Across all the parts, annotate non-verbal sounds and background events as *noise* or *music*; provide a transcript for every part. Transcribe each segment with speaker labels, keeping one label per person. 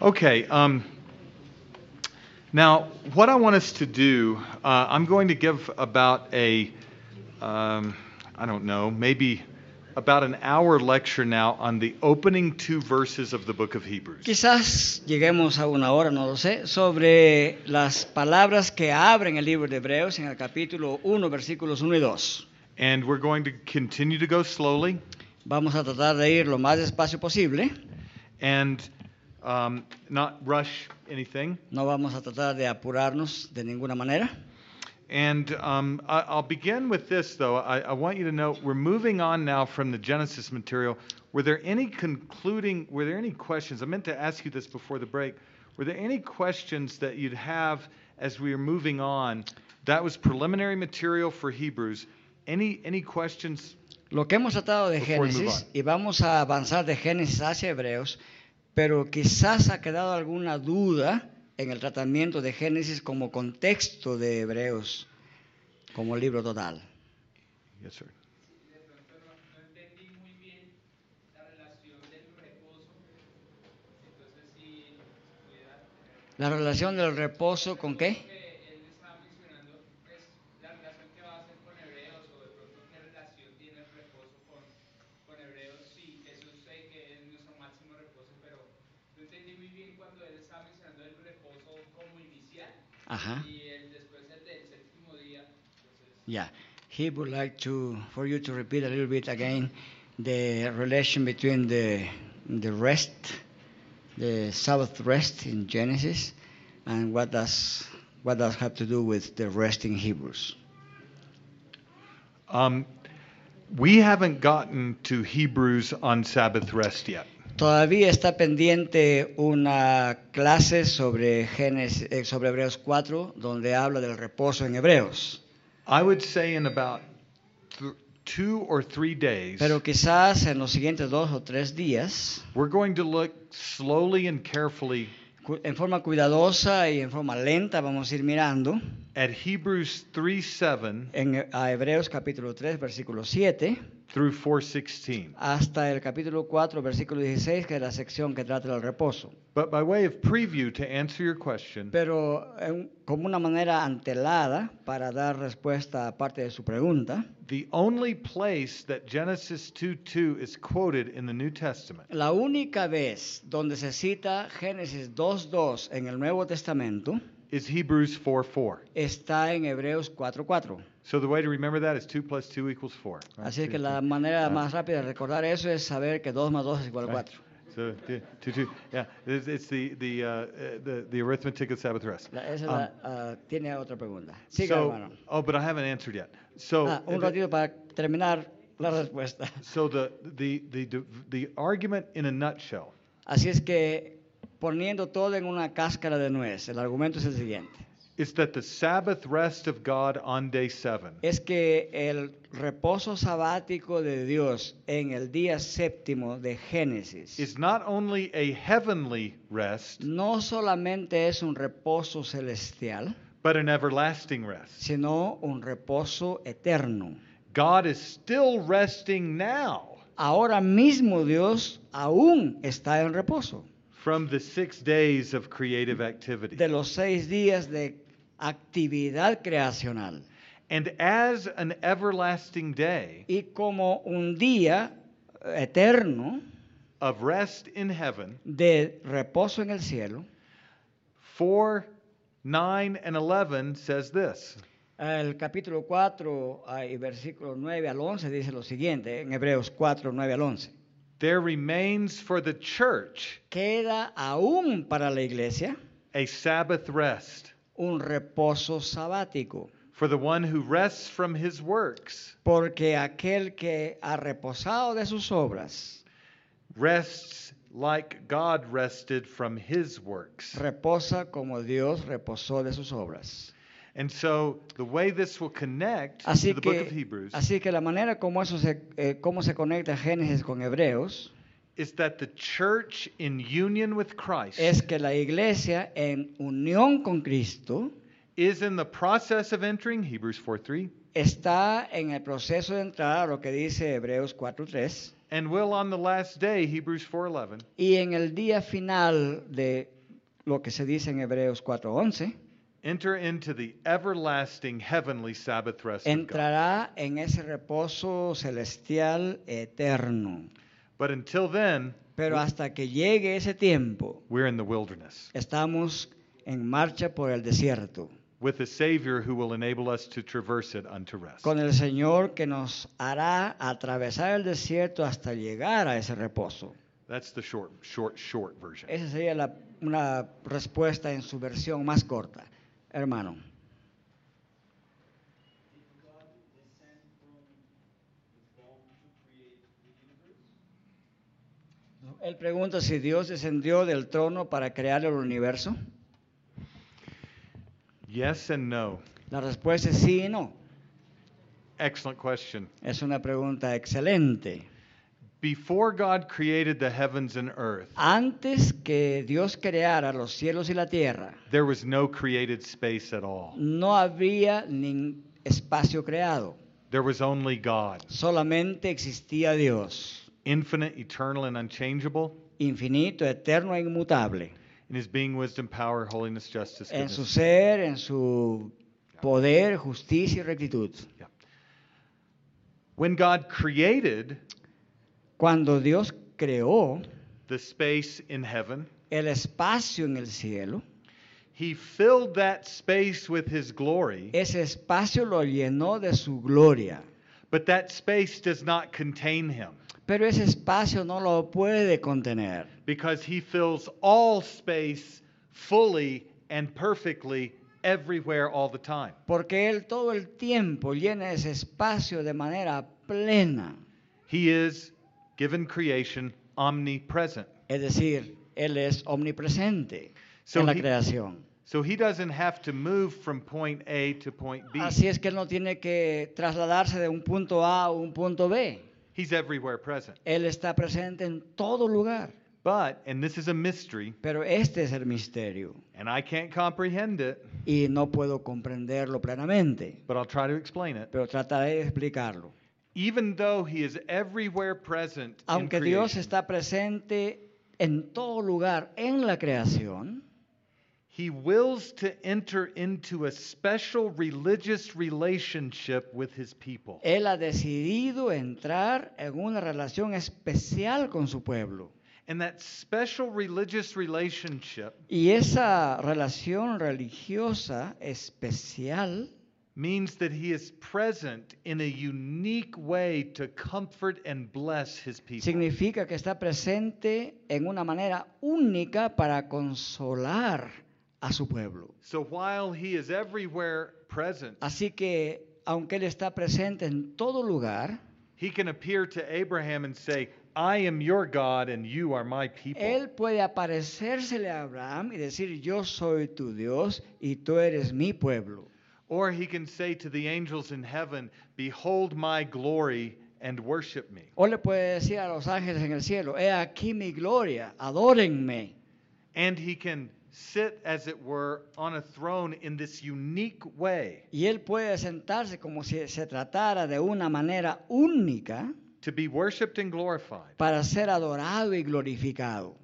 Speaker 1: Okay. Um, now, what I want us to do, uh, I'm going to give about a, um, I don't know, maybe about an hour lecture now on the opening two verses of the book of Hebrews.
Speaker 2: Quizás lleguemos a una hora, no lo sé, sobre las palabras que abren el libro de Hebreos en el capítulo 1, versículos 1 y 2.
Speaker 1: And we're going to continue to go slowly.
Speaker 2: Vamos a tratar de ir lo más despacio posible.
Speaker 1: and um, not rush anything.
Speaker 2: No vamos a tratar de apurarnos de ninguna manera.
Speaker 1: And um, I, I'll begin with this, though. I, I want you to know we're moving on now from the Genesis material. Were there any concluding? Were there any questions? I meant to ask you this before the break. Were there any questions that you'd have as we are moving on? That was preliminary material for Hebrews. Any any questions?
Speaker 2: Lo que hemos tratado de
Speaker 1: Before we move
Speaker 2: Génesis,
Speaker 1: on.
Speaker 2: y vamos a avanzar de Génesis hacia Hebreos, pero quizás ha quedado alguna duda en el tratamiento de Génesis como contexto de Hebreos, como libro total.
Speaker 1: Yes, sir.
Speaker 3: De pronto no, no entendí muy bien la relación del reposo. Entonces, si pudiera tener-
Speaker 2: La relación del reposo con qué?
Speaker 3: que él estaba mencionando, es la relación que va a hacer con Hebreos, o de pronto qué relación tiene el reposo con, con Hebreos. Sí, eso sé que es nuestro máximo reposo, pero no entendí muy bien cuando él estaba mencionando el reposo como inicial
Speaker 2: Ajá.
Speaker 3: y el después el del séptimo día. Entonces,
Speaker 2: Yeah. He would like to for you to repeat a little bit again the relation between the the rest, the Sabbath rest in Genesis, and what does what does have to do with the rest in Hebrews.
Speaker 1: Um, we haven't gotten to Hebrews on Sabbath rest yet.
Speaker 2: Todavía está pendiente una clase sobre Génesis, eh, sobre Hebreos 4, donde habla del reposo en Hebreos.
Speaker 1: I would say in about th- two or three days,
Speaker 2: Pero quizás en los siguientes dos o tres días
Speaker 1: we're going to look slowly and carefully
Speaker 2: cu- en forma cuidadosa y en forma lenta vamos a ir mirando
Speaker 1: at Hebrews 3 7
Speaker 2: en, a Hebreos capítulo 3, versículo 7,
Speaker 1: through 416.
Speaker 2: hasta el capítulo 4, versículo 16, que es la sección que trata del reposo.
Speaker 1: But by way of preview, to answer your question,
Speaker 2: Pero en- como una manera antelada para dar respuesta a parte de su pregunta,
Speaker 1: the only place that Genesis 2 2 is quoted in the New Testament
Speaker 2: la única vez donde se cita Génesis 2.2 en el Nuevo Testamento
Speaker 1: is Hebrews 4 4.
Speaker 2: está en Hebreos 4.4.
Speaker 1: So the way to remember that is 2 plus 2 equals 4. right?
Speaker 2: Así es que
Speaker 1: Two-
Speaker 2: la
Speaker 1: two-
Speaker 2: manera
Speaker 1: right.
Speaker 2: más rápida de recordar eso es saber que 2 más 2 es igual a
Speaker 1: Right.
Speaker 2: 4.
Speaker 1: So, two, two, two. yeah, it's, it's the, the, uh, uh, the, the arithmetic of Sabbath rest.
Speaker 2: La- esa es
Speaker 1: Um,
Speaker 2: la- ah, tiene otra pregunta. Siga,
Speaker 1: so,
Speaker 2: hermano.
Speaker 1: oh, but I haven't answered yet. So,
Speaker 2: Ah, un ratito para terminar la respuesta.
Speaker 1: so the, the, the, the argument in a nutshell
Speaker 2: Así es que poniendo todo en una cáscara de nuez, el argumento es el siguiente.
Speaker 1: is that the Sabbath rest of God on day seven
Speaker 2: Es que el reposo sabático de Dios en el día séptimo de Génesis
Speaker 1: is not only a heavenly rest,
Speaker 2: no solamente es un reposo celestial,
Speaker 1: but an everlasting rest.
Speaker 2: sino un reposo eterno.
Speaker 1: God is still resting now
Speaker 2: Ahora mismo Dios aún está en reposo
Speaker 1: from the six days of creative activity.
Speaker 2: de los seis días de actividad creacional.
Speaker 1: And as an everlasting day
Speaker 2: y como un día eterno
Speaker 1: of rest in heaven,
Speaker 2: de reposo en el cielo.
Speaker 1: 4, 9, and 11 says this.
Speaker 2: El capítulo 4 ah, y versículo 9 al 11 dice lo siguiente, en Hebreos 4, 9 al 11.
Speaker 1: There remains for the church
Speaker 2: Queda aún para la iglesia
Speaker 1: a Sabbath rest
Speaker 2: un reposo sabático,
Speaker 1: for the one who rests from his works,
Speaker 2: porque aquel que ha reposado de sus obras,
Speaker 1: rests like God rested from his works.
Speaker 2: reposa como Dios reposó de sus obras.
Speaker 1: And so the way this will connect
Speaker 2: Así
Speaker 1: to the book of
Speaker 2: que,
Speaker 1: Hebrews
Speaker 2: así que la manera como, eso se, eh, cómo se conecta Génesis con Hebreos
Speaker 1: is that the church in union with Christ
Speaker 2: es que la iglesia en unión con Cristo
Speaker 1: is in the process of entering Hebrews 4 3
Speaker 2: está en el proceso de entrar a lo que dice Hebreos 4.3
Speaker 1: and will on the last day Hebrews 4:11
Speaker 2: y en el día final de lo que se dice en Hebreos 4:11,
Speaker 1: Enter into the everlasting heavenly Sabbath rest of God.
Speaker 2: entrará en ese reposo celestial eterno.
Speaker 1: But until then,
Speaker 2: Pero hasta que llegue ese tiempo,
Speaker 1: we're in the wilderness
Speaker 2: estamos en marcha por el desierto,
Speaker 1: with a Savior who will enable us to traverse it unto rest.
Speaker 2: con el Señor que nos hará atravesar el desierto hasta llegar a ese reposo.
Speaker 1: That's the short, short, short version.
Speaker 2: Esa sería la- una respuesta en su versión más corta, hermano.
Speaker 4: Did God descend from the throne to create the universe?
Speaker 2: Él pregunta si Dios descendió del trono para crear el universo.
Speaker 1: Yes and no.
Speaker 2: La respuesta es sí y no.
Speaker 1: Excellent question.
Speaker 2: Es una pregunta excelente.
Speaker 1: Before God created the heavens and earth,
Speaker 2: Antes que Dios creara los cielos y la tierra,
Speaker 1: there was no created space at all.
Speaker 2: no había ningún espacio creado.
Speaker 1: There was only God,
Speaker 2: Solamente existía Dios,
Speaker 1: infinite, eternal, and unchangeable.
Speaker 2: infinito, eterno e inmutable.
Speaker 1: In his being, wisdom, power, holiness, justice,
Speaker 2: En su
Speaker 1: goodness.
Speaker 2: ser, en su poder, justicia y rectitud.
Speaker 1: Yeah. When God created
Speaker 2: Cuando Dios creó
Speaker 1: the space in heaven,
Speaker 2: el espacio en el cielo,
Speaker 1: he filled that space with his glory,
Speaker 2: ese espacio lo llenó de su gloria.
Speaker 1: but that space does not contain him
Speaker 2: Pero ese espacio no lo puede contener,
Speaker 1: because he fills all space fully and perfectly everywhere all the time.
Speaker 2: porque Él todo el tiempo llena ese espacio de manera plena.
Speaker 1: He is, given creation, omnipresent.
Speaker 2: Es decir, Él es omnipresente
Speaker 1: So
Speaker 2: en la
Speaker 1: he-
Speaker 2: creación.
Speaker 1: So he doesn't have to move from point A to point B.
Speaker 2: Así es que Él no tiene que trasladarse de un punto A a un punto B.
Speaker 1: He's everywhere present.
Speaker 2: Él está presente en todo lugar.
Speaker 1: But, and this is a mystery,
Speaker 2: Pero este es el misterio
Speaker 1: and I can't comprehend it,
Speaker 2: y no puedo comprenderlo plenamente,
Speaker 1: but I'll try to explain it.
Speaker 2: pero trataré de explicarlo.
Speaker 1: Even though he is everywhere present in
Speaker 2: Aunque Dios
Speaker 1: creation,
Speaker 2: está presente en todo lugar en la creación,
Speaker 1: he wills to enter into a special religious relationship with his people.
Speaker 2: Él ha decidido entrar en una relación especial con su pueblo.
Speaker 1: And that special religious relationship
Speaker 2: Y esa relación religiosa especial
Speaker 1: means that he is present in a unique way to comfort and bless his people.
Speaker 2: significa que está presente en una manera única para consolar a su pueblo.
Speaker 1: so while he is everywhere present,
Speaker 2: Así que, aunque Él está presente en todo lugar,
Speaker 1: he can appear to Abraham and say, I am your God and you are my people.
Speaker 2: Él puede aparecérsele a Abraham y decir, yo soy tu Dios y tú eres mi pueblo.
Speaker 1: Or he can say to the angels in heaven, Behold my glory and worship me.
Speaker 2: O le puede decir a los ángeles en el cielo, he aquí mi gloria, adórenme.
Speaker 1: And he can sit, as it were, on a throne in this unique way
Speaker 2: Y él puede sentarse como si se tratara de una manera única
Speaker 1: to be worshiped and glorified.
Speaker 2: para ser adorado y glorificado.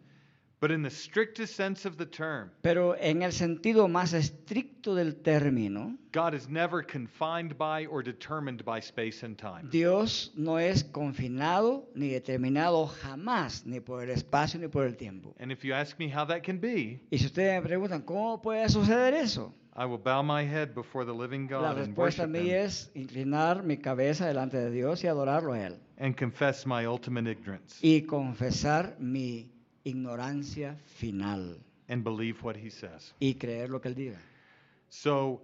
Speaker 1: But in the strictest sense of the term,
Speaker 2: Pero en el sentido más estricto del término,
Speaker 1: God is never confined by or determined by space and time.
Speaker 2: Dios no es confinado ni determinado jamás, ni por el espacio ni por el tiempo.
Speaker 1: And if you ask me how that can be,
Speaker 2: Y si ustedes me preguntan, ¿cómo puede suceder eso?
Speaker 1: I will bow my head before the living
Speaker 2: La
Speaker 1: God and
Speaker 2: respuesta a
Speaker 1: worship
Speaker 2: mí
Speaker 1: him
Speaker 2: es inclinar mi cabeza delante de Dios y adorarlo a Él.
Speaker 1: and confess my ultimate ignorance
Speaker 2: Y confesar mi ignorancia final
Speaker 1: and believe what he says.
Speaker 2: y creer lo que Él diga.
Speaker 1: So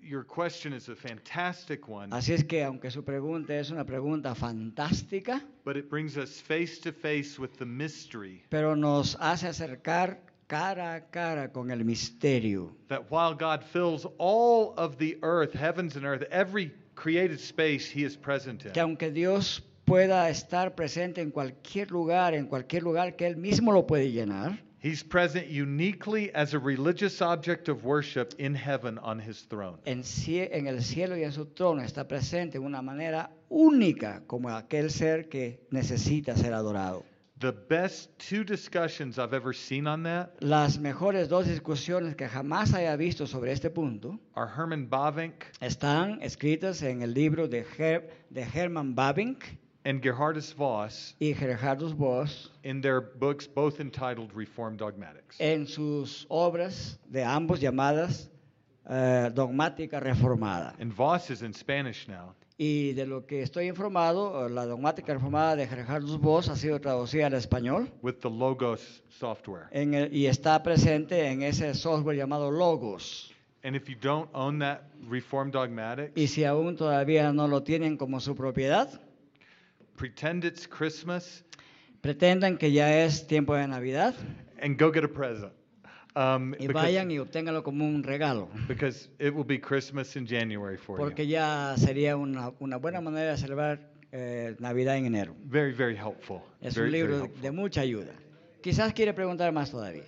Speaker 1: your question is a fantastic one,
Speaker 2: Así es que aunque su pregunta es una pregunta fantástica,
Speaker 1: but it brings us face to face with the mystery
Speaker 2: pero nos hace acercar cara a cara con el misterio.
Speaker 1: that while God fills all of the earth, heavens and earth, every created space he is present
Speaker 2: Que
Speaker 1: in,
Speaker 2: aunque Dios pueda estar presente en cualquier lugar, en cualquier lugar que Él mismo lo puede llenar,
Speaker 1: he's present uniquely as a religious object of worship in heaven on his throne.
Speaker 2: en, cie- en el cielo y en su trono está presente de una manera única como aquel ser que necesita ser adorado.
Speaker 1: The best two discussions I've ever seen on that
Speaker 2: Las mejores dos discusiones que jamás haya visto sobre este punto
Speaker 1: are Herman Bavinck
Speaker 2: están escritas en el libro de, Her- de Herman Babink
Speaker 1: and Gerhardus Voss
Speaker 2: y Gerhardus Voss
Speaker 1: in their books, both entitled Reformed Dogmatics.
Speaker 2: en sus obras de ambos llamadas eh, Dogmática Reformada.
Speaker 1: And Voss is in Spanish now.
Speaker 2: Y de lo que estoy informado, eh, la Dogmática Reformada de Gerhardus Voss ha sido traducida al español
Speaker 1: with the Logos software.
Speaker 2: en el- y está presente en ese software llamado Logos.
Speaker 1: And if you don't own that Reformed dogmatic,
Speaker 2: Y si aún todavía no lo tienen como su propiedad,
Speaker 1: pretend it's Christmas
Speaker 2: pretendan que ya es tiempo de Navidad
Speaker 1: and go get a present. Um,
Speaker 2: y
Speaker 1: because,
Speaker 2: vayan y obténganlo como un regalo.
Speaker 1: because it will be Christmas in January for
Speaker 2: Porque
Speaker 1: you.
Speaker 2: ya sería una, una buena manera de celebrar eh, Navidad en enero.
Speaker 1: Very, very helpful.
Speaker 2: Es
Speaker 1: very, very
Speaker 2: un libro de-
Speaker 1: helpful.
Speaker 2: de mucha ayuda. Quizás quiere preguntar más todavía.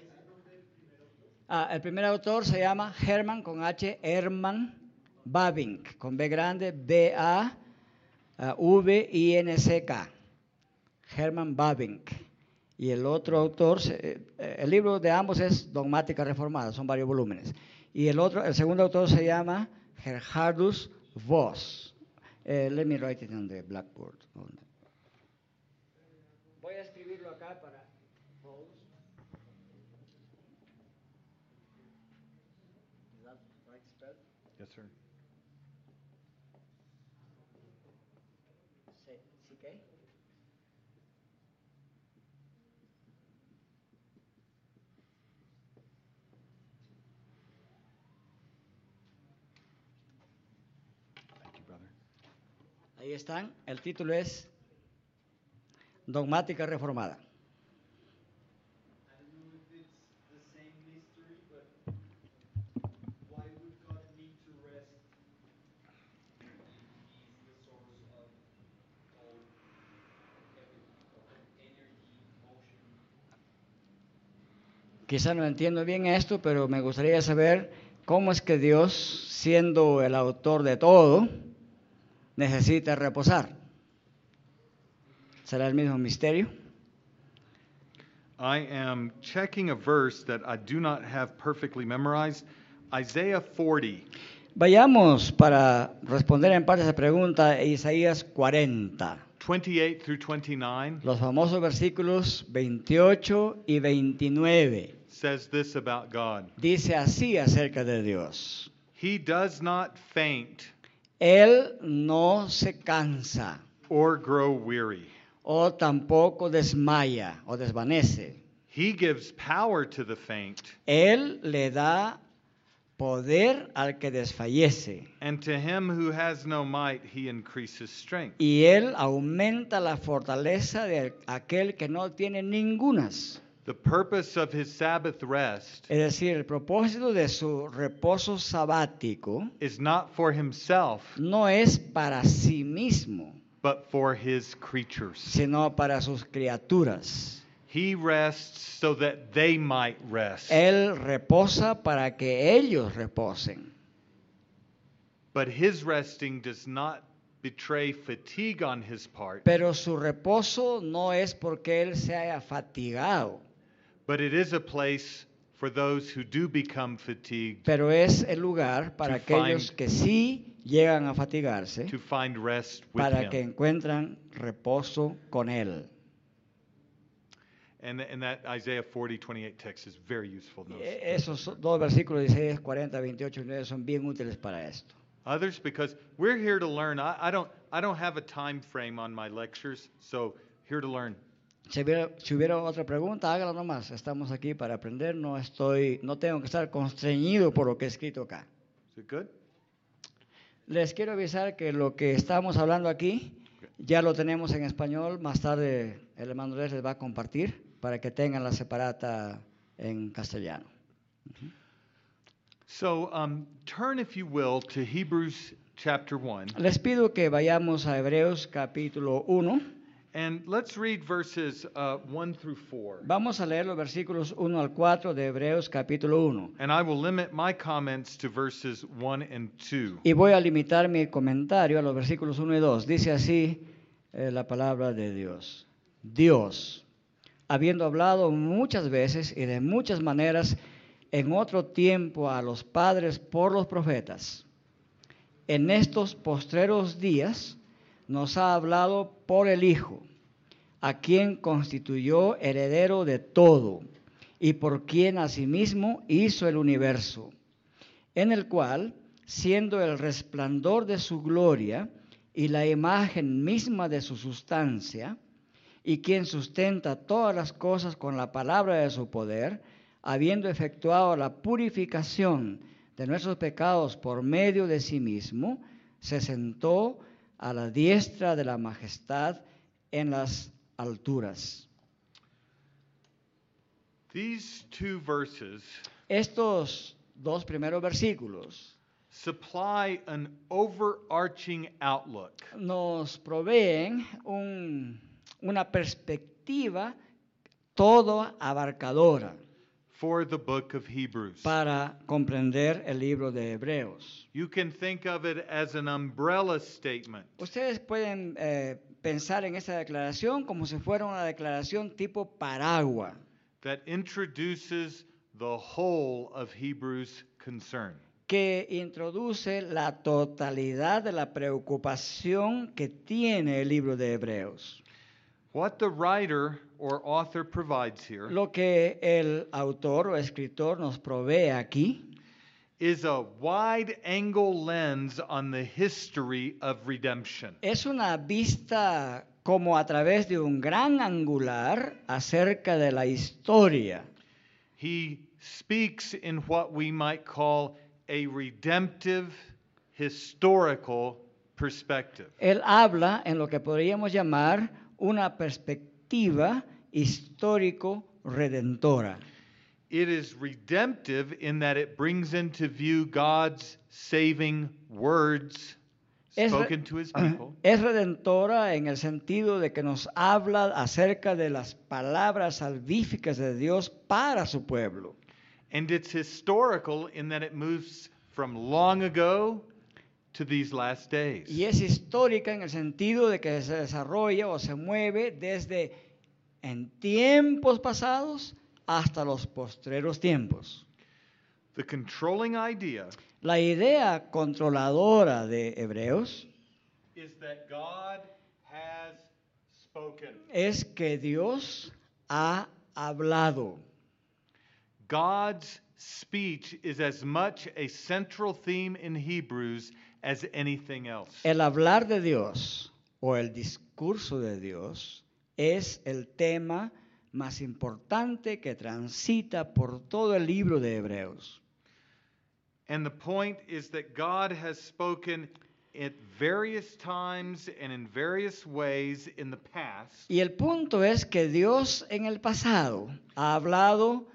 Speaker 2: Ah, el primer autor se llama Herman con H, Herman Babink, con B ah, grande, B-A-V-I-N-C-K. Herman Babink. Y el otro autor, se- eh, eh, el libro de ambos es Dogmática Reformada, son varios volúmenes. Y el otro, el segundo autor se llama Gerhardus Voss. Eh, let me write it on the blackboard. Voy a escribirlo acá para
Speaker 1: Yes, sir. Thank you, brother.
Speaker 2: Ahí están. El título es Dogmática
Speaker 4: I
Speaker 2: Reformada.
Speaker 4: don't know if it's the same mystery, but why would God need to rest if He's the source of all everything, of energy, motion?
Speaker 2: Quizá no entiendo bien esto, pero me gustaría saber cómo es que Dios, siendo el autor de todo, necesita reposar. ¿Será el mismo misterio?
Speaker 1: I am checking a verse that I do not have perfectly memorized Isaiah 40.
Speaker 2: Vayamos para responder en parte a esa pregunta, e Isaías 40.
Speaker 1: 28 through 29
Speaker 2: Los famosos versículos 28 y 29
Speaker 1: says this about God
Speaker 2: dice así acerca de Dios.
Speaker 1: He does not faint
Speaker 2: Él no se cansa
Speaker 1: or grow weary.
Speaker 2: o tampoco desmaya o desvanece.
Speaker 1: He gives power to the faint,
Speaker 2: Él le da poder al que desfallece
Speaker 1: and to him who has no might, he increases strength.
Speaker 2: y él aumenta la fortaleza de aquel que no tiene ningunas.
Speaker 1: The purpose of his Sabbath rest
Speaker 2: Es decir, el propósito de su reposo sabático
Speaker 1: is not for himself,
Speaker 2: no es para sí mismo,
Speaker 1: but for his creatures.
Speaker 2: sino para sus criaturas.
Speaker 1: He rests so that they might rest.
Speaker 2: Él reposa para que ellos reposen.
Speaker 1: But his resting does not betray fatigue on his part,
Speaker 2: Pero su reposo no es porque él se haya fatigado,
Speaker 1: but it is a place for those who do become fatigued
Speaker 2: pero es el lugar para
Speaker 1: To
Speaker 2: aquellos
Speaker 1: find-
Speaker 2: que sí llegan a fatigarse,
Speaker 1: to find rest with
Speaker 2: para que
Speaker 1: him.
Speaker 2: encuentran reposo con él.
Speaker 1: And, and that Isaiah 40, 28 text is very useful. in those
Speaker 2: E- Esos dos versículos 16, 40, 28 y 9 son bien útiles para esto.
Speaker 1: others because we're here to learn. I, I don't I don't have a time frame on my lectures, so here to learn.
Speaker 2: Si hubiera, si hubiera otra pregunta, hágala nomás. Estamos aquí para aprender. No estoy, no tengo que estar constreñido por lo que he escrito acá.
Speaker 1: Is it good?
Speaker 2: Les quiero avisar que lo que estamos hablando aquí ya lo tenemos en español. Más tarde el hermano Andrés les va a compartir para que tengan la separata en castellano.
Speaker 1: So um, turn, if you will, to Hebrews chapter one,
Speaker 2: Les pido que vayamos a Hebreos capítulo 1.
Speaker 1: and let's read verses uh, one through four.
Speaker 2: Vamos a leer los versículos 1 al 4 de Hebreos capítulo 1.
Speaker 1: And I will limit my comments to verses one and two.
Speaker 2: Y voy a limitar mi comentario a los versículos 1 y 2. Dice así eh, la palabra de Dios. Dios, habiendo hablado muchas veces y de muchas maneras en otro tiempo a los padres por los profetas, en estos postreros días nos ha hablado por el Hijo, a quien constituyó heredero de todo y por quien asimismo hizo el universo, en el cual, siendo el resplandor de su gloria y la imagen misma de su sustancia, y quien sustenta todas las cosas con la palabra de su poder, habiendo efectuado la purificación de nuestros pecados por medio de sí mismo, se sentó a la diestra de la majestad en las alturas.
Speaker 1: These two verses
Speaker 2: Estos dos primeros versículos
Speaker 1: supply an overarching outlook.
Speaker 2: nos proveen un- una perspectiva todo abarcadora
Speaker 1: for the book of Hebrews.
Speaker 2: para comprender el libro de Hebreos.
Speaker 1: you can think of it as an umbrella statement.
Speaker 2: Ustedes pueden eh, pensar en esta declaración como si fuera una declaración tipo paraguas
Speaker 1: that introduces the whole of Hebrews' concern.
Speaker 2: que introduce la totalidad de la preocupación que tiene el libro de Hebreos.
Speaker 1: What the writer or author provides here is
Speaker 2: Lo que el autor o escritor nos provee aquí
Speaker 1: a wide angle lens on the history of redemption.
Speaker 2: es una vista como a través de un gran angular acerca de la historia.
Speaker 1: He speaks in what we might call a redemptive historical perspective.
Speaker 2: Él habla en lo que podríamos llamar una perspectiva histórico redentora.
Speaker 1: It is redemptive in that it brings into view God's saving words
Speaker 2: Es, re-
Speaker 1: spoken to his people. *clears throat*
Speaker 2: *clears throat* es redentora en el sentido de que nos habla acerca de las palabras salvíficas de Dios para su pueblo.
Speaker 1: And it's historical in that it moves from long ago to these last days.
Speaker 2: Y es histórica en el sentido de que se desarrolla o se mueve desde en tiempos pasados hasta los postreros tiempos.
Speaker 1: The controlling idea
Speaker 2: La idea controladora de Hebreos
Speaker 1: is that God has spoken.
Speaker 2: es que Dios ha hablado.
Speaker 1: God's speech is as much a central theme in Hebrews as anything else.
Speaker 2: El hablar de Dios o el discurso de Dios es el tema más importante que transita por todo el libro de Hebreos.
Speaker 1: And the point is that God has spoken at various times and in various ways in the past,
Speaker 2: Y el punto es que Dios en el pasado ha hablado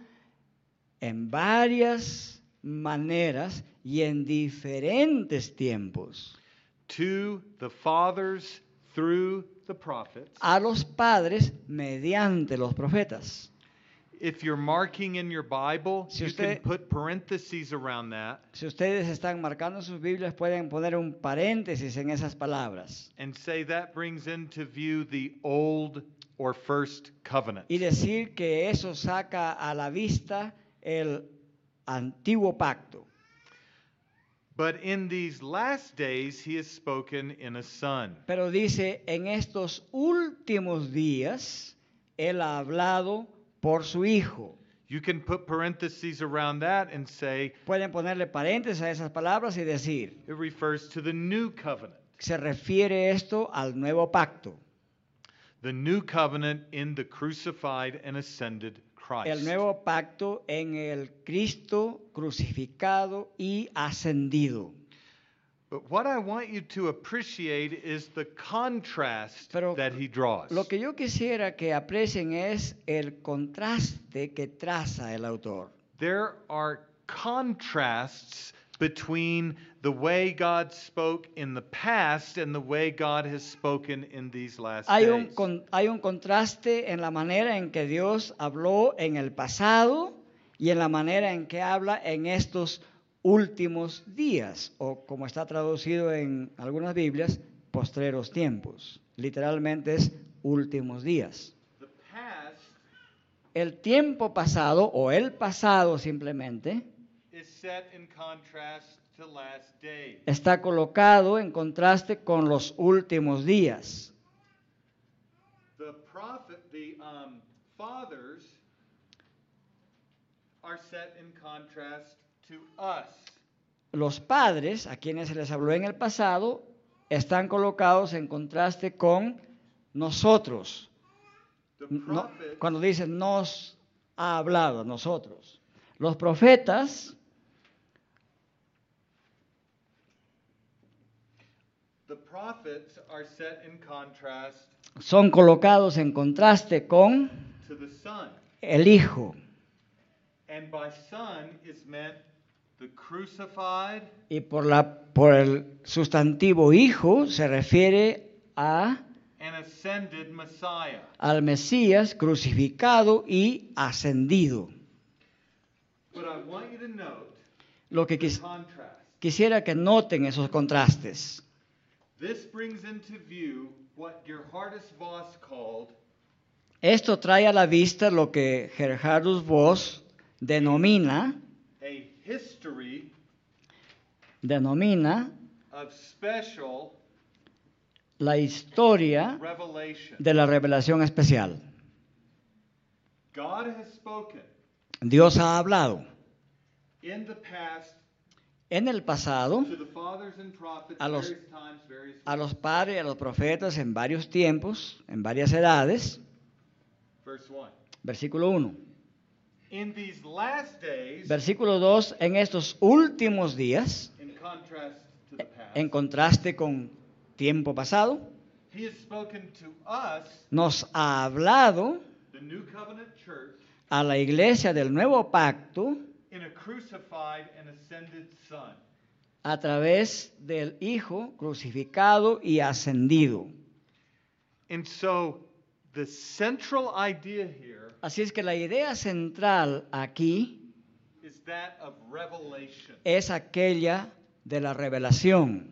Speaker 2: en varias maneras y en diferentes tiempos
Speaker 1: to the fathers through the prophets.
Speaker 2: a los padres mediante los profetas.
Speaker 1: If you're marking in your Bible,
Speaker 2: Si
Speaker 1: you can
Speaker 2: usted-
Speaker 1: put parentheses around that
Speaker 2: Si ustedes están marcando en sus Biblias, pueden poner un paréntesis en esas palabras
Speaker 1: and say that brings into view the old or first covenant.
Speaker 2: y decir que eso saca a la vista el antiguo pacto.
Speaker 1: But in these last days, he has spoken in a son.
Speaker 2: Pero dice, en estos últimos días, él ha hablado por su hijo.
Speaker 1: You can put parentheses around that and say
Speaker 2: Pueden ponerle paréntesis a esas palabras y decir,
Speaker 1: it refers to the new covenant.
Speaker 2: se refiere esto al nuevo pacto,
Speaker 1: The new covenant in the crucified and ascended Christ.
Speaker 2: el nuevo pacto en el Cristo crucificado y ascendido.
Speaker 1: But what I want you to appreciate is the contrast
Speaker 2: Pero
Speaker 1: that he draws.
Speaker 2: Lo que yo quisiera que aprecien es el contraste que traza el autor.
Speaker 1: There are contrasts between the way God spoke in the past and the way God has spoken in these last
Speaker 2: Hay un,
Speaker 1: days.
Speaker 2: con- hay un contraste en la manera en que Dios habló en el pasado y en la manera en que habla en estos últimos días, o como está traducido en algunas Biblias, postreros tiempos. Literalmente es últimos días.
Speaker 1: the past
Speaker 2: el tiempo pasado o el pasado simplemente
Speaker 1: is set in contrast to last days.
Speaker 2: está colocado en contraste con los últimos días.
Speaker 1: The prophet, the um, fathers are set in contrast to us.
Speaker 2: Los padres, a quienes se les habló en el pasado, están colocados en contraste con nosotros.
Speaker 1: The
Speaker 2: No-
Speaker 1: prophet,
Speaker 2: cuando dicen nos ha hablado, nosotros. Los profetas,
Speaker 1: the prophets are set in contrast
Speaker 2: son colocados en contraste con
Speaker 1: to the son,
Speaker 2: el Hijo.
Speaker 1: and by son is meant the crucified,
Speaker 2: Y por, la, por el sustantivo Hijo se refiere a,
Speaker 1: and ascended Messiah.
Speaker 2: al Mesías crucificado y ascendido.
Speaker 1: But I want you to note
Speaker 2: Lo que
Speaker 1: the
Speaker 2: quis-
Speaker 1: contrast.
Speaker 2: quisiera que noten esos contrastes.
Speaker 1: This brings into view what your hardest boss called
Speaker 2: Esto trae a la vista lo que Gerhardus Voss denomina,
Speaker 1: a history
Speaker 2: denomina
Speaker 1: of special
Speaker 2: la historia
Speaker 1: revelation.
Speaker 2: de la revelación especial.
Speaker 1: God has spoken
Speaker 2: Dios ha hablado
Speaker 1: in the past
Speaker 2: en el pasado
Speaker 1: to the fathers and prophets
Speaker 2: A los-
Speaker 1: various times, various
Speaker 2: a los padres y a los profetas en varios tiempos, en varias edades.
Speaker 1: Verse 1.
Speaker 2: Versículo 1.
Speaker 1: In these last days,
Speaker 2: Versículo 2. En estos últimos días,
Speaker 1: in contrast to the past,
Speaker 2: en contraste con tiempo pasado,
Speaker 1: He has spoken to us,
Speaker 2: nos ha hablado
Speaker 1: the new covenant church,
Speaker 2: a la iglesia del nuevo pacto
Speaker 1: in a crucified and ascended Son.
Speaker 2: a través del Hijo crucificado y ascendido.
Speaker 1: And so, the central idea here
Speaker 2: Así es que la idea central aquí
Speaker 1: is that of revelation.
Speaker 2: es aquella de la revelación.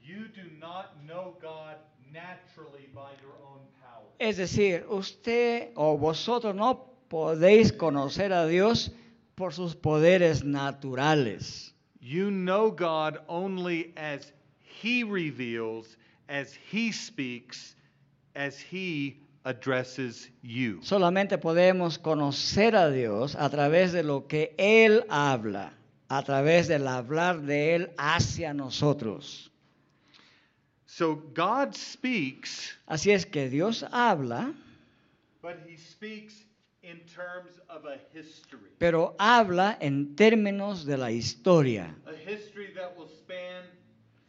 Speaker 1: You do not know God naturally by your own power.
Speaker 2: Es decir, usted o vosotros no podéis conocer a Dios por sus poderes naturales.
Speaker 1: You know God only as He reveals, as He speaks, as He addresses you.
Speaker 2: Solamente podemos conocer a Dios a través de lo que Él habla, a través del hablar de Él hacia nosotros.
Speaker 1: So God speaks,
Speaker 2: Así es que Dios habla,
Speaker 1: but He speaks in terms of a history.
Speaker 2: pero habla en términos de la historia.
Speaker 1: A history that will span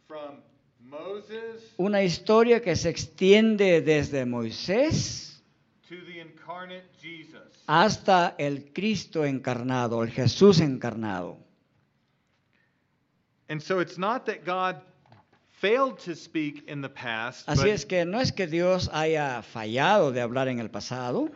Speaker 1: from Moses
Speaker 2: Una historia que se extiende desde Moisés
Speaker 1: to the incarnate Jesus.
Speaker 2: hasta el Cristo encarnado, el Jesús encarnado.
Speaker 1: And so it's not that God failed to speak in the past,
Speaker 2: Así
Speaker 1: but-
Speaker 2: es que no es que Dios haya fallado de hablar en el pasado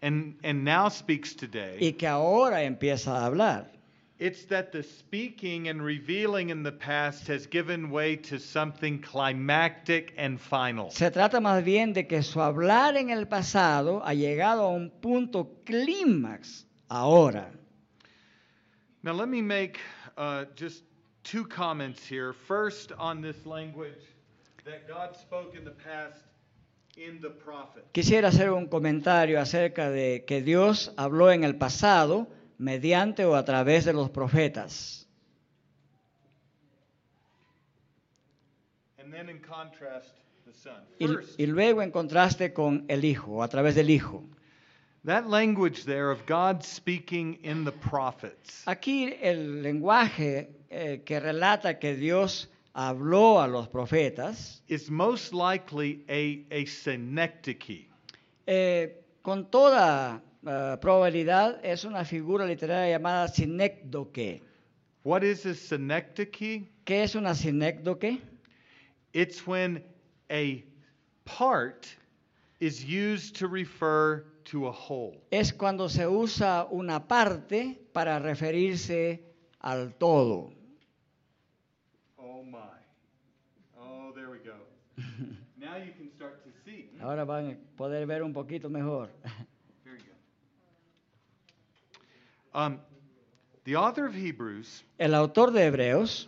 Speaker 1: and, and now speaks today.
Speaker 2: y que ahora empieza a hablar,
Speaker 1: It's that the speaking and revealing in the past has given way to something climactic and final.
Speaker 2: se trata más bien de que su hablar en el pasado ha llegado a un punto clímax ahora.
Speaker 1: Now, let me make uh, just two comments here. First, on this language that God spoke in the past in the prophet.
Speaker 2: Quisiera hacer un comentario acerca de que Dios habló en el pasado mediante o a través de los profetas.
Speaker 1: And then, in contrast, the son.
Speaker 2: Y,
Speaker 1: First,
Speaker 2: y luego en contraste con el Hijo, o a través del Hijo.
Speaker 1: that language there of God speaking in the prophets
Speaker 2: Aquí el lenguaje eh, que relata que Dios habló a los profetas
Speaker 1: is most likely a, a synecdoche.
Speaker 2: Eh, con toda eh, probabilidad es una figura literaria llamada sinécdoque.
Speaker 1: What is a synecdoche?
Speaker 2: ¿Qué es una sinécdoque?
Speaker 1: It's when a part is used to refer to a whole.
Speaker 2: Es cuando se usa una parte para referirse al todo.
Speaker 1: Oh my. Oh, there we go. now you can start to see. Hmm,
Speaker 2: Ahora van a poder ver un poquito mejor. *laughs*
Speaker 1: Very good. Um, the author of Hebrews
Speaker 2: El autor de Hebreos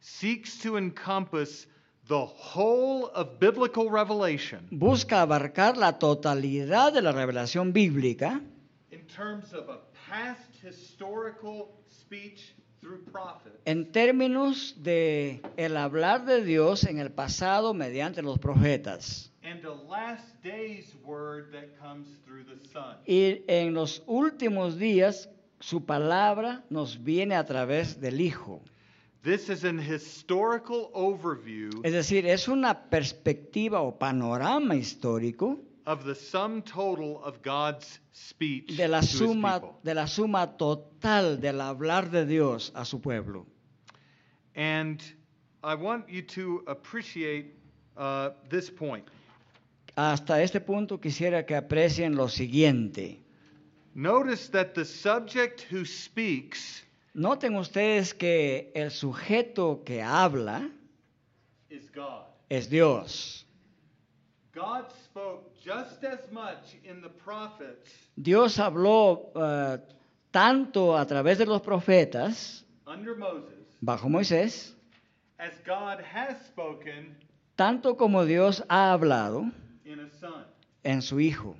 Speaker 1: seeks to encompass the whole of biblical revelation
Speaker 2: busca abarcar la totalidad de la revelación bíblica
Speaker 1: in terms of a past historical speech through prophet
Speaker 2: en términos de el hablar de Dios en el pasado mediante los profetas
Speaker 1: and a last day's word that comes through the Son.
Speaker 2: y en los últimos días su palabra nos viene a través del Hijo.
Speaker 1: This is an historical
Speaker 2: Es
Speaker 1: overview
Speaker 2: decir, es una perspectiva o panorama histórico
Speaker 1: of the sum total of God's speech
Speaker 2: de la
Speaker 1: to his
Speaker 2: suma
Speaker 1: people.
Speaker 2: de la suma total del hablar de Dios a su pueblo.
Speaker 1: And I want you to appreciate uh, this point.
Speaker 2: Hasta este punto quisiera que aprecien lo siguiente.
Speaker 1: Notice that the subject who speaks
Speaker 2: Noten ustedes que el sujeto que habla
Speaker 1: is God.
Speaker 2: es Dios.
Speaker 1: God spoke just as much in the prophets
Speaker 2: Dios habló eh, tanto a través de los profetas
Speaker 1: under Moses
Speaker 2: bajo Moisés,
Speaker 1: as God has spoken
Speaker 2: tanto como Dios ha hablado
Speaker 1: in a son.
Speaker 2: en su Hijo.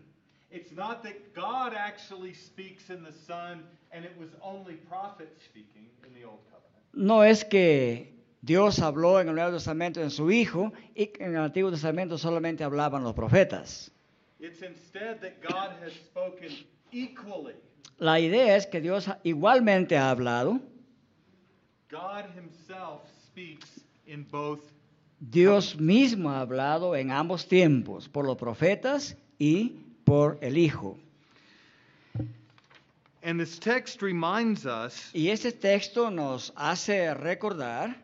Speaker 1: It's not that God actually speaks in the Son and it was only prophets speaking in the Old Covenant.
Speaker 2: No es que Dios habló en el Nuevo Testamento en su Hijo y que en el Antiguo Testamento solamente hablaban los profetas.
Speaker 1: It's instead that God has spoken equally.
Speaker 2: La idea es que Dios igualmente ha hablado.
Speaker 1: God Himself speaks in both.
Speaker 2: Dios mismo ha hablado en ambos tiempos, por los profetas y por el Hijo.
Speaker 1: And this text reminds us
Speaker 2: Y este texto nos hace recordar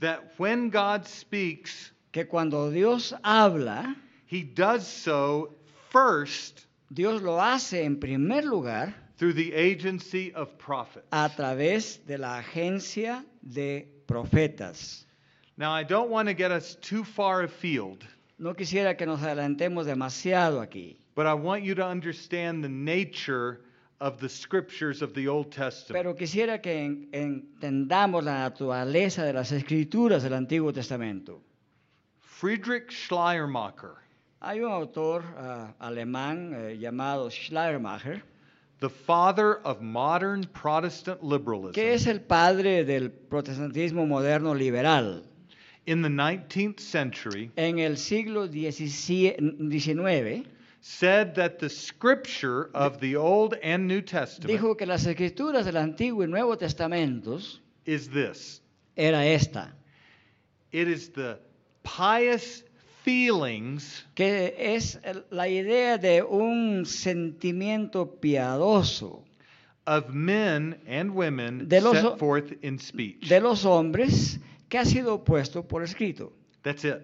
Speaker 1: that when God speaks,
Speaker 2: que cuando Dios habla,
Speaker 1: He does so first
Speaker 2: Dios lo hace en primer lugar
Speaker 1: through the agency of prophets.
Speaker 2: a través de la agencia de profetas.
Speaker 1: Now, I don't want to get us too far afield,
Speaker 2: No quisiera que nos adelantemos demasiado aquí,
Speaker 1: but I want you to understand the nature of the scriptures of the Old Testament.
Speaker 2: pero quisiera que en- entendamos la naturaleza de las escrituras del Antiguo Testamento.
Speaker 1: Friedrich Schleiermacher,
Speaker 2: Hay un autor ah, alemán eh, llamado Schleiermacher,
Speaker 1: the father of modern Protestant liberalism,
Speaker 2: que es el padre del protestantismo moderno liberal.
Speaker 1: in the 19th century
Speaker 2: En el siglo XIX
Speaker 1: said that the scripture of the Old and New Testament
Speaker 2: dijo que las escrituras del Antiguo y Nuevo Testamentos
Speaker 1: is this
Speaker 2: era esta,
Speaker 1: it is the pious feelings
Speaker 2: que es el- la idea de un sentimiento piadoso
Speaker 1: of men and women
Speaker 2: De los-
Speaker 1: set forth in speech.
Speaker 2: de los hombres que ha sido puesto por escrito.
Speaker 1: That's it.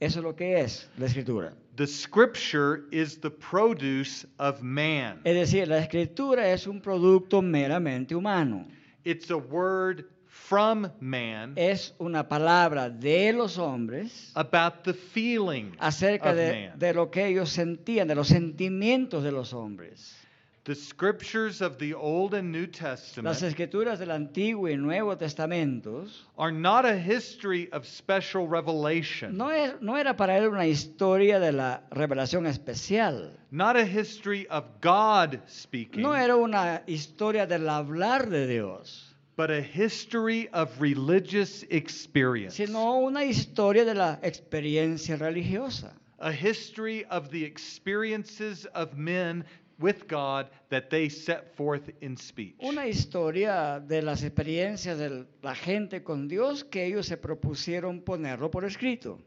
Speaker 2: Eso es lo que es la escritura.
Speaker 1: The scripture is the produce of man.
Speaker 2: Es decir, la escritura es un producto meramente humano.
Speaker 1: It's a word from man
Speaker 2: Es una palabra de los hombres
Speaker 1: about the feeling
Speaker 2: acerca
Speaker 1: of
Speaker 2: de,
Speaker 1: man.
Speaker 2: de lo que ellos sentían, de los sentimientos de los hombres.
Speaker 1: the scriptures of the Old and New
Speaker 2: Las
Speaker 1: Testament
Speaker 2: escrituras del Antiguo y Nuevo Testamentos
Speaker 1: are not a history of special revelation,
Speaker 2: no, e- es- no era para él una historia de la revelación especial.
Speaker 1: not a history of God speaking,
Speaker 2: No era una historia del hablar de Dios,
Speaker 1: but a history of religious experience,
Speaker 2: sino una historia de la experiencia religiosa.
Speaker 1: a history of the experiences of men with God that they set forth in speech.
Speaker 2: Una historia de las experiencias de la gente con Dios que ellos se propusieron ponerlo por escrito.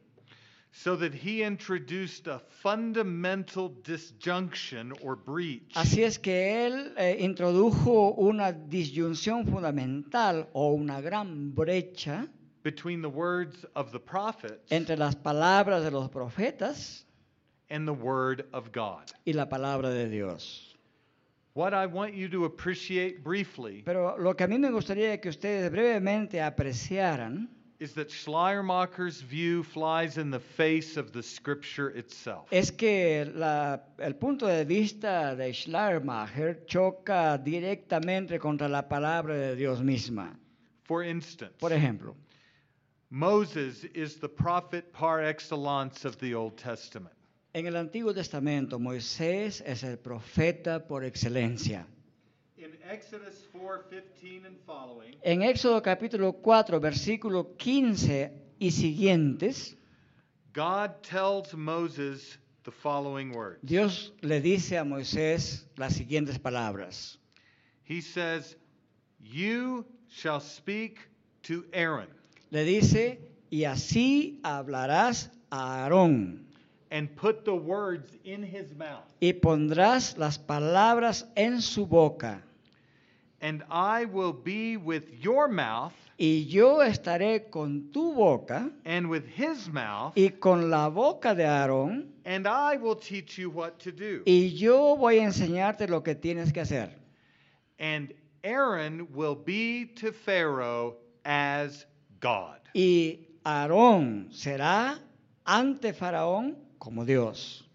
Speaker 1: So that he introduced a fundamental disjunction or breach
Speaker 2: Así es que él eh, introdujo una disyunción fundamental o una gran brecha
Speaker 1: between the words of the prophets
Speaker 2: entre las palabras de los profetas
Speaker 1: and the word of God.
Speaker 2: y la palabra de Dios.
Speaker 1: What I want you to appreciate briefly
Speaker 2: Pero lo que a mí me gustaría que ustedes brevemente apreciaran
Speaker 1: is that Schleiermacher's view flies in the face of the scripture itself.
Speaker 2: Es que la- el punto de vista de Schleiermacher choca directamente contra la palabra de Dios misma.
Speaker 1: For instance,
Speaker 2: Por ejemplo,
Speaker 1: Moses is the prophet par excellence of the Old Testament.
Speaker 2: en el Antiguo Testamento Moisés es el profeta por excelencia.
Speaker 1: In Exodus 4:15 and following,
Speaker 2: En Éxodo capítulo 4, versículo 15 y siguientes,
Speaker 1: God tells Moses the following words.
Speaker 2: Dios le dice a Moisés las siguientes palabras.
Speaker 1: He says, "You shall speak to Aaron
Speaker 2: Le dice, y así hablarás a Aarón
Speaker 1: and put the words in his mouth,
Speaker 2: y pondrás las palabras en su boca.
Speaker 1: and I will be with your mouth
Speaker 2: Y yo estaré con tu boca
Speaker 1: and with his mouth,
Speaker 2: y con la boca de Aarón
Speaker 1: and I will teach you what to do."
Speaker 2: y yo voy a enseñarte lo que tienes que hacer.
Speaker 1: And Aaron will be to Pharaoh as God.
Speaker 2: Y Aarón será ante Faraón como Dios.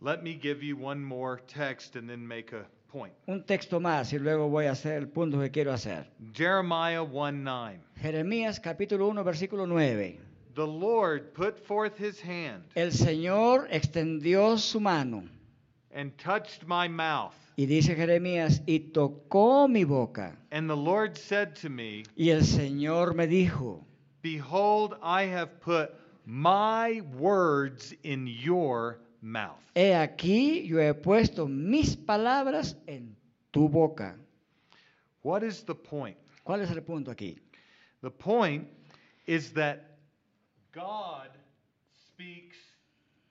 Speaker 1: Let me give you one more text and then make a point.
Speaker 2: Un texto más y luego voy a hacer el punto que quiero hacer.
Speaker 1: Jeremiah 1 9.
Speaker 2: Jeremías capítulo 1 versículo 9.
Speaker 1: The Lord put forth his hand
Speaker 2: El Señor extendió su mano
Speaker 1: and touched my mouth.
Speaker 2: y dice Jeremías, y tocó mi boca.
Speaker 1: And the Lord said to me,
Speaker 2: Y el Señor me dijo,
Speaker 1: Behold, I have put my words in your mouth.
Speaker 2: He aquí yo he puesto mis palabras en tu boca.
Speaker 1: What is the point?
Speaker 2: ¿Cuál es el punto aquí?
Speaker 1: The point is that God speaks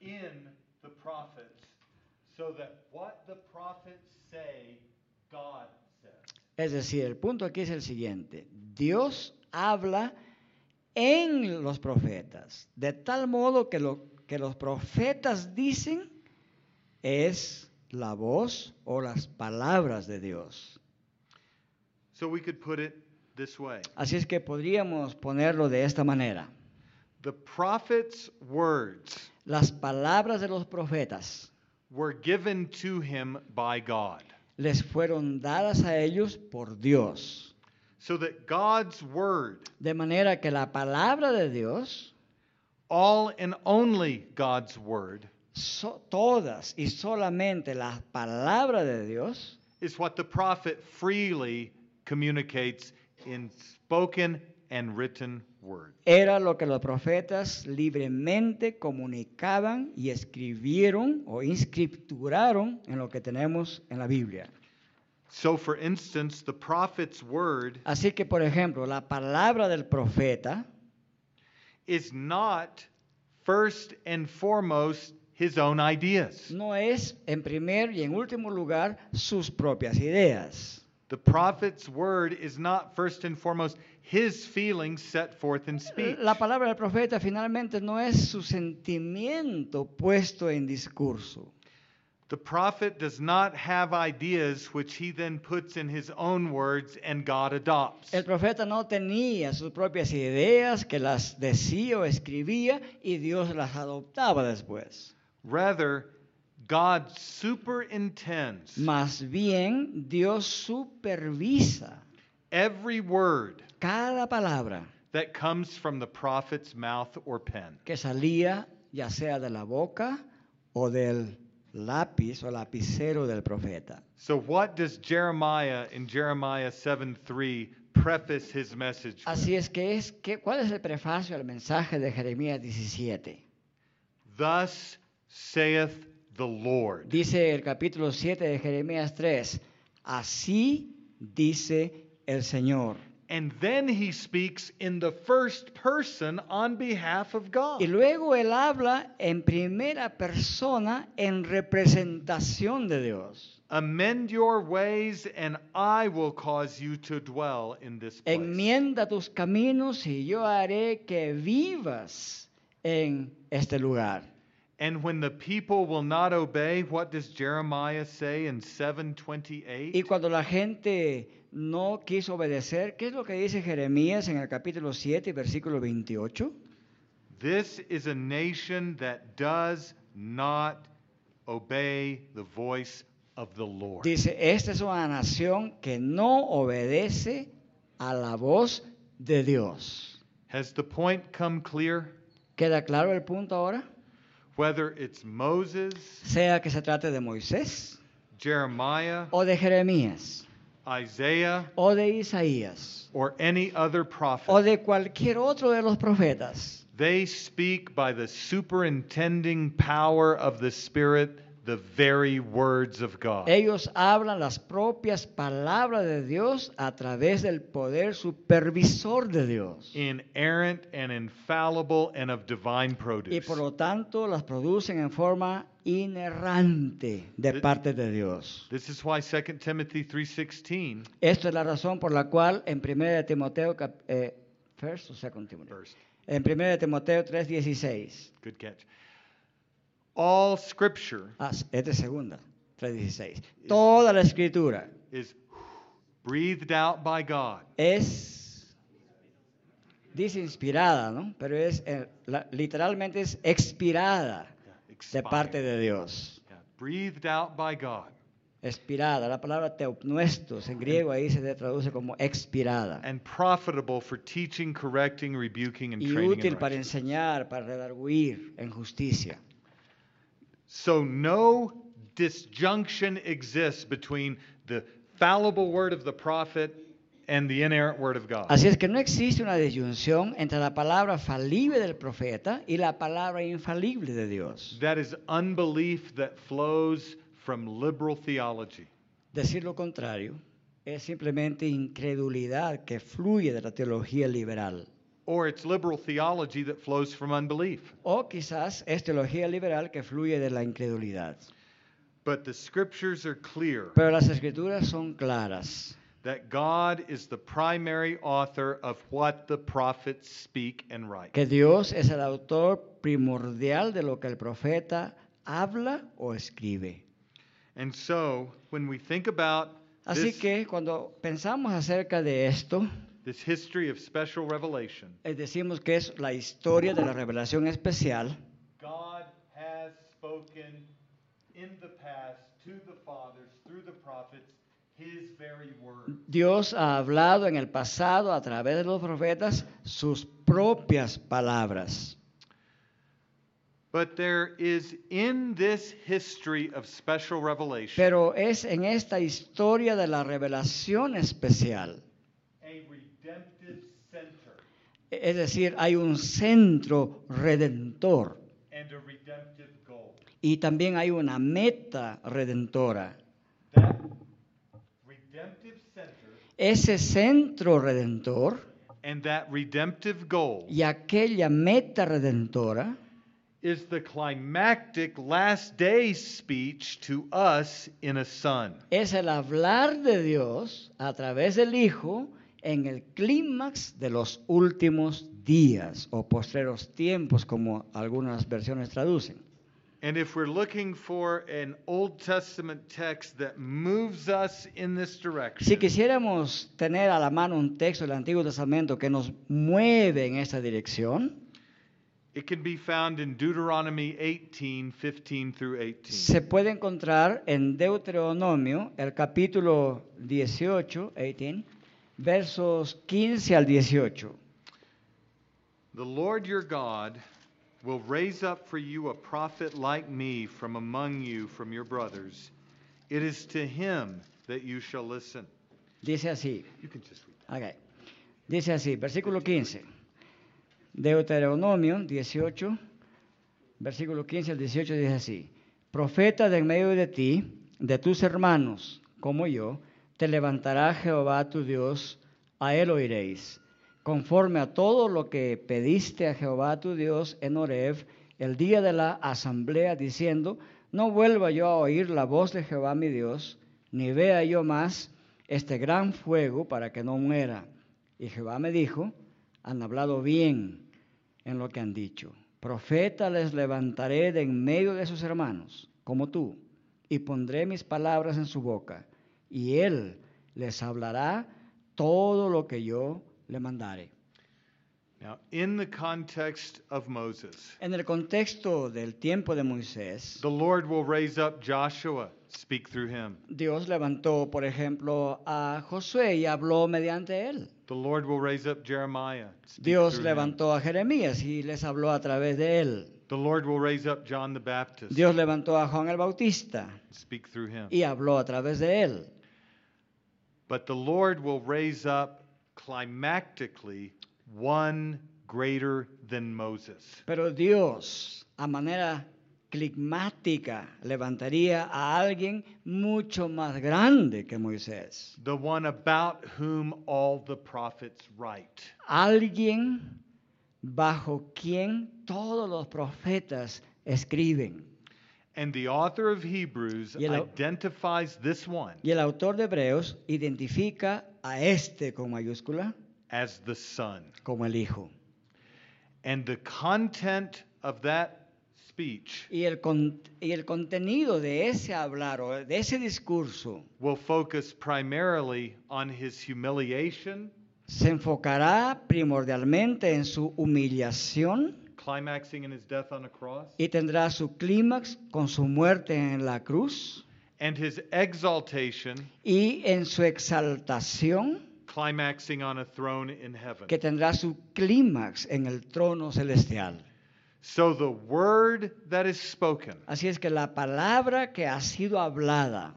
Speaker 1: in the prophets so that what the prophets say, God says.
Speaker 2: Es decir, el punto aquí es el siguiente. Dios habla en los profetas, de tal modo que lo que los profetas dicen es la voz o las palabras de Dios.
Speaker 1: So we could put it this way
Speaker 2: Así es que podríamos ponerlo de esta manera.
Speaker 1: The prophets' words
Speaker 2: Las palabras de los profetas
Speaker 1: were given to him by God,
Speaker 2: les fueron dadas a ellos por Dios.
Speaker 1: so that God's word,
Speaker 2: De manera que la palabra de Dios,
Speaker 1: all and only God's word,
Speaker 2: so- todas y solamente la palabra de Dios,
Speaker 1: is what the prophet freely communicates in spoken and written word.
Speaker 2: era lo que los profetas libremente comunicaban y escribieron o inscripturaron en lo que tenemos en la Biblia.
Speaker 1: So, for instance, the prophet's word
Speaker 2: Así que, por ejemplo, la palabra del profeta
Speaker 1: is not first and foremost his own ideas.
Speaker 2: no es, en primer y en último lugar, sus propias ideas.
Speaker 1: The prophet's word is not first and foremost his feelings set forth in speech.
Speaker 2: La palabra del profeta finalmente no es su sentimiento puesto en discurso.
Speaker 1: The prophet does not have ideas which he then puts in his own words and God adopts.
Speaker 2: El profeta no tenía sus propias ideas que las decía o escribía y Dios las adoptaba después.
Speaker 1: Rather, God superintends
Speaker 2: Más bien Dios supervisa
Speaker 1: every word
Speaker 2: cada palabra
Speaker 1: that comes from the prophet's mouth or pen.
Speaker 2: que salía ya sea de la boca o del lápiz o lapicero del profeta.
Speaker 1: So what does Jeremiah in Jeremiah 7:3 preface his message with?
Speaker 2: Así es que es que ¿cuál es el prefacio al mensaje de Jeremías 17?
Speaker 1: Thus saith the Lord.
Speaker 2: Dice el capítulo 7 de Jeremías 3, así dice el Señor.
Speaker 1: And then he speaks in the first person on behalf of God.
Speaker 2: Y luego él habla en primera persona en representación de Dios.
Speaker 1: Amend your ways and I will cause you to dwell in this place.
Speaker 2: Enmienda tus caminos y yo haré que vivas en este lugar.
Speaker 1: And when the people will not obey, what does Jeremiah say in 728?
Speaker 2: Y cuando la gente no quiso obedecer, ¿qué es lo que dice Jeremías en el capítulo 7, versículo 28?
Speaker 1: This is a nation that does not obey the voice of the Lord.
Speaker 2: Dice, esta es una nación que no obedece a la voz de Dios.
Speaker 1: Has the point come clear?
Speaker 2: ¿Queda claro el punto ahora?
Speaker 1: Whether it's Moses,
Speaker 2: Sea que se trate de Moisés
Speaker 1: Jeremiah,
Speaker 2: o de Jeremías
Speaker 1: Isaiah,
Speaker 2: o de Isaías
Speaker 1: or any other prophet,
Speaker 2: o de cualquier otro de los profetas.
Speaker 1: they speak by the superintending power of the Spirit the very words of God.
Speaker 2: Ellos hablan las propias palabras de Dios a través del poder supervisor de Dios.
Speaker 1: Inerrant and infallible and of divine
Speaker 2: Y
Speaker 1: produce.
Speaker 2: por lo tanto las producen en forma inerrante de
Speaker 1: De-
Speaker 2: parte de Dios.
Speaker 1: This is why 2 Timothy 3:16
Speaker 2: Esto es la razón por la cual en 1 de Timoteo, cap- eh, first o second Timoteo?
Speaker 1: first.
Speaker 2: en 1 de Timoteo 3.16,
Speaker 1: Good catch. All scripture
Speaker 2: ah, es de segunda, 3.16, toda la escritura
Speaker 1: is breathed out by God
Speaker 2: es, dice inspirada, ¿no? Pero es, eh, la- literalmente es expirada de
Speaker 1: expired.
Speaker 2: parte de Dios.
Speaker 1: Yeah, breathed out by God
Speaker 2: Expirada, la palabra teopnuestos en griego ahí se traduce como expirada.
Speaker 1: and profitable for teaching, correcting, rebuking and
Speaker 2: y
Speaker 1: training in
Speaker 2: útil para
Speaker 1: righteousness.
Speaker 2: enseñar, para redarguir en justicia.
Speaker 1: So no disjunction exists between the fallible word of the prophet and the inerrant word of God.
Speaker 2: Así es que no existe una disyunción entre la palabra falible del profeta y la palabra infalible de Dios.
Speaker 1: That is unbelief that flows from liberal theology.
Speaker 2: Decir lo contrario es simplemente incredulidad que fluye de la teología liberal.
Speaker 1: Or it's liberal theology that flows from unbelief.
Speaker 2: O quizás es teología liberal que fluye de la incredulidad.
Speaker 1: But the scriptures are clear
Speaker 2: Pero las escrituras son claras.
Speaker 1: that God is the primary author of what the prophets speak and write.
Speaker 2: Que Dios es el autor primordial de lo que el profeta habla o escribe.
Speaker 1: And so, when we think about
Speaker 2: Así
Speaker 1: this,
Speaker 2: que cuando pensamos acerca de esto,
Speaker 1: this history of special revelation,
Speaker 2: eh, decimos que es la historia de la revelación especial.
Speaker 1: God has spoken in the past to the fathers through the prophets his very word.
Speaker 2: Dios ha hablado en el pasado a través de los profetas sus propias palabras.
Speaker 1: But there is in this history of special revelation
Speaker 2: Pero es en esta historia de la revelación especial.
Speaker 1: a redemptive center
Speaker 2: Es decir, hay un centro redentor
Speaker 1: and a redemptive goal.
Speaker 2: y también hay una meta redentora.
Speaker 1: That redemptive center
Speaker 2: Ese centro redentor
Speaker 1: and that redemptive goal
Speaker 2: y aquella meta redentora
Speaker 1: is the climactic last day speech to us in a son.
Speaker 2: es el hablar de Dios a través del Hijo en el clímax de los últimos días o postreros tiempos, como algunas versiones traducen.
Speaker 1: And if we're looking for an Old Testament text that moves us in this
Speaker 2: Si
Speaker 1: direction,
Speaker 2: quisiéramos tener a la mano un texto del Antiguo Testamento que nos mueve en esta dirección,
Speaker 1: it can be found in Deuteronomy 18 15 through 18.
Speaker 2: se puede encontrar en Deuteronomio, el capítulo 18, 18 versos 15 al 18.
Speaker 1: The Lord your God will raise up for you a prophet like me from among you, from your brothers. It is to him that you shall listen.
Speaker 2: Dice así,
Speaker 1: You can just read
Speaker 2: Ok. Dice así, versículo 15. Deuteronomio 18, versículo 15 al 18 dice así. Profeta de en medio de ti, de tus hermanos, como yo, te levantará Jehová tu Dios, a él oiréis. Conforme a todo lo que pediste a Jehová tu Dios en Oreb, el día de la asamblea, diciendo, no vuelva yo a oír la voz de Jehová mi Dios, ni vea yo más este gran fuego para que no muera. Y Jehová me dijo, han hablado bien en lo que han dicho. Profeta les levantaré de en medio de sus hermanos, como tú, y pondré mis palabras en su boca, y él les hablará todo lo que yo le mandare.
Speaker 1: Now, in the context of Moses,
Speaker 2: En el contexto del tiempo de Moisés,
Speaker 1: the Lord will raise up Joshua, speak through him.
Speaker 2: Dios levantó, por ejemplo, a Josué y habló mediante él.
Speaker 1: The Lord will raise up Jeremiah. speak
Speaker 2: Dios
Speaker 1: through
Speaker 2: levantó a Jeremías y les habló a través de él.
Speaker 1: him. The Lord will raise up John the Baptist.
Speaker 2: Dios levantó a Juan el Bautista
Speaker 1: Speak through him.
Speaker 2: y habló a través de él.
Speaker 1: But the Lord will raise up climactically one greater than Moses.
Speaker 2: Pero Dios, a manera climática, levantaría a alguien mucho más grande que Moisés.
Speaker 1: The one about whom all the prophets write.
Speaker 2: Alguien bajo quien todos los profetas escriben.
Speaker 1: And the author of Hebrews
Speaker 2: Y el au-
Speaker 1: identifies this one
Speaker 2: Y el autor de Hebreos identifica a este con mayúscula
Speaker 1: as the Son.
Speaker 2: como el Hijo.
Speaker 1: And the content of that speech
Speaker 2: Y el, con- y el contenido de ese hablar o de ese discurso
Speaker 1: will focus primarily on his humiliation,
Speaker 2: se enfocará primordialmente en su humillación
Speaker 1: climaxing in his death on the cross,
Speaker 2: y tendrá su clímax con su muerte en la cruz
Speaker 1: and his exaltation,
Speaker 2: y en su exaltación
Speaker 1: climaxing on a throne in heaven.
Speaker 2: que tendrá su clímax en el trono celestial.
Speaker 1: So the word that is spoken,
Speaker 2: Así es que la palabra que ha sido hablada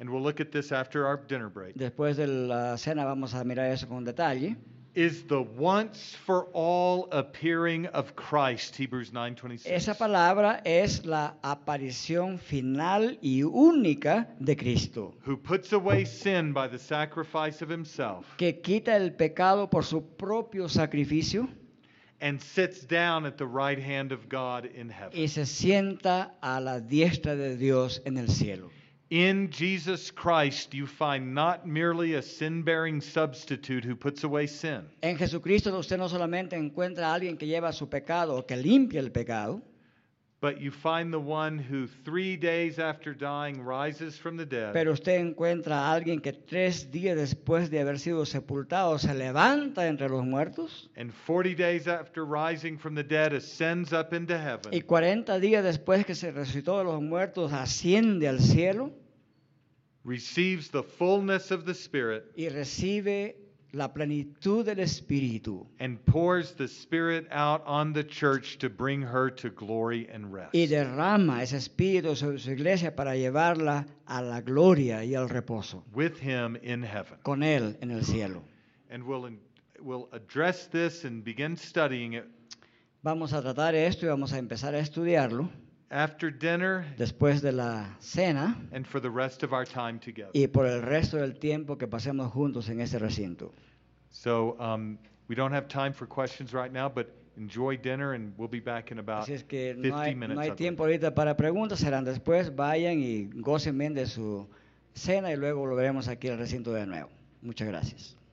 Speaker 1: and we'll look at this after our dinner break,
Speaker 2: Después de la cena vamos a mirar eso con detalle.
Speaker 1: is the once for all appearing of Christ, Hebrews 9:26.
Speaker 2: Esa palabra es la aparición final y única de Cristo,
Speaker 1: who puts away sin by the sacrifice of himself
Speaker 2: que quita el pecado por su propio sacrificio
Speaker 1: and sits down at the right hand of God in heaven.
Speaker 2: y se sienta a la diestra de Dios en el cielo.
Speaker 1: In Jesus Christ, you find not merely a sin bearing substitute who puts away sin,
Speaker 2: En Jesucristo usted no solamente encuentra a alguien que lleva su pecado o que limpia el pecado,
Speaker 1: but you find the one who three days after dying rises from the dead
Speaker 2: pero usted encuentra a alguien que tres días después de haber sido sepultado se levanta entre los muertos
Speaker 1: and 40 days after rising from the dead ascends up into heaven.
Speaker 2: Y 40 días después que se resucitó de los muertos, asciende al cielo
Speaker 1: receives the fullness of the Spirit,
Speaker 2: y recibe la plenitud del Espíritu.
Speaker 1: and pours the Spirit out on the church to bring her to glory and rest.
Speaker 2: Y derrama ese Espíritu sobre su iglesia para llevarla a la gloria y al reposo,
Speaker 1: With him in heaven.
Speaker 2: con Él en el cielo.
Speaker 1: And we'll, we'll address this and begin studying it
Speaker 2: Vamos a tratar esto y vamos a empezar a estudiarlo
Speaker 1: after dinner
Speaker 2: después de la cena
Speaker 1: and for the rest of our time together.
Speaker 2: y por el resto del tiempo que pasemos juntos en este recinto.
Speaker 1: So um, we don't have time for questions right now, but enjoy dinner and we'll be back in about
Speaker 2: Así es que
Speaker 1: 50
Speaker 2: no hay, no
Speaker 1: minutes.
Speaker 2: hay
Speaker 1: I believe.
Speaker 2: tiempo ahorita para preguntas, serán después, vayan y gocen bien de su cena y luego volveremos aquí al recinto de nuevo. Muchas gracias.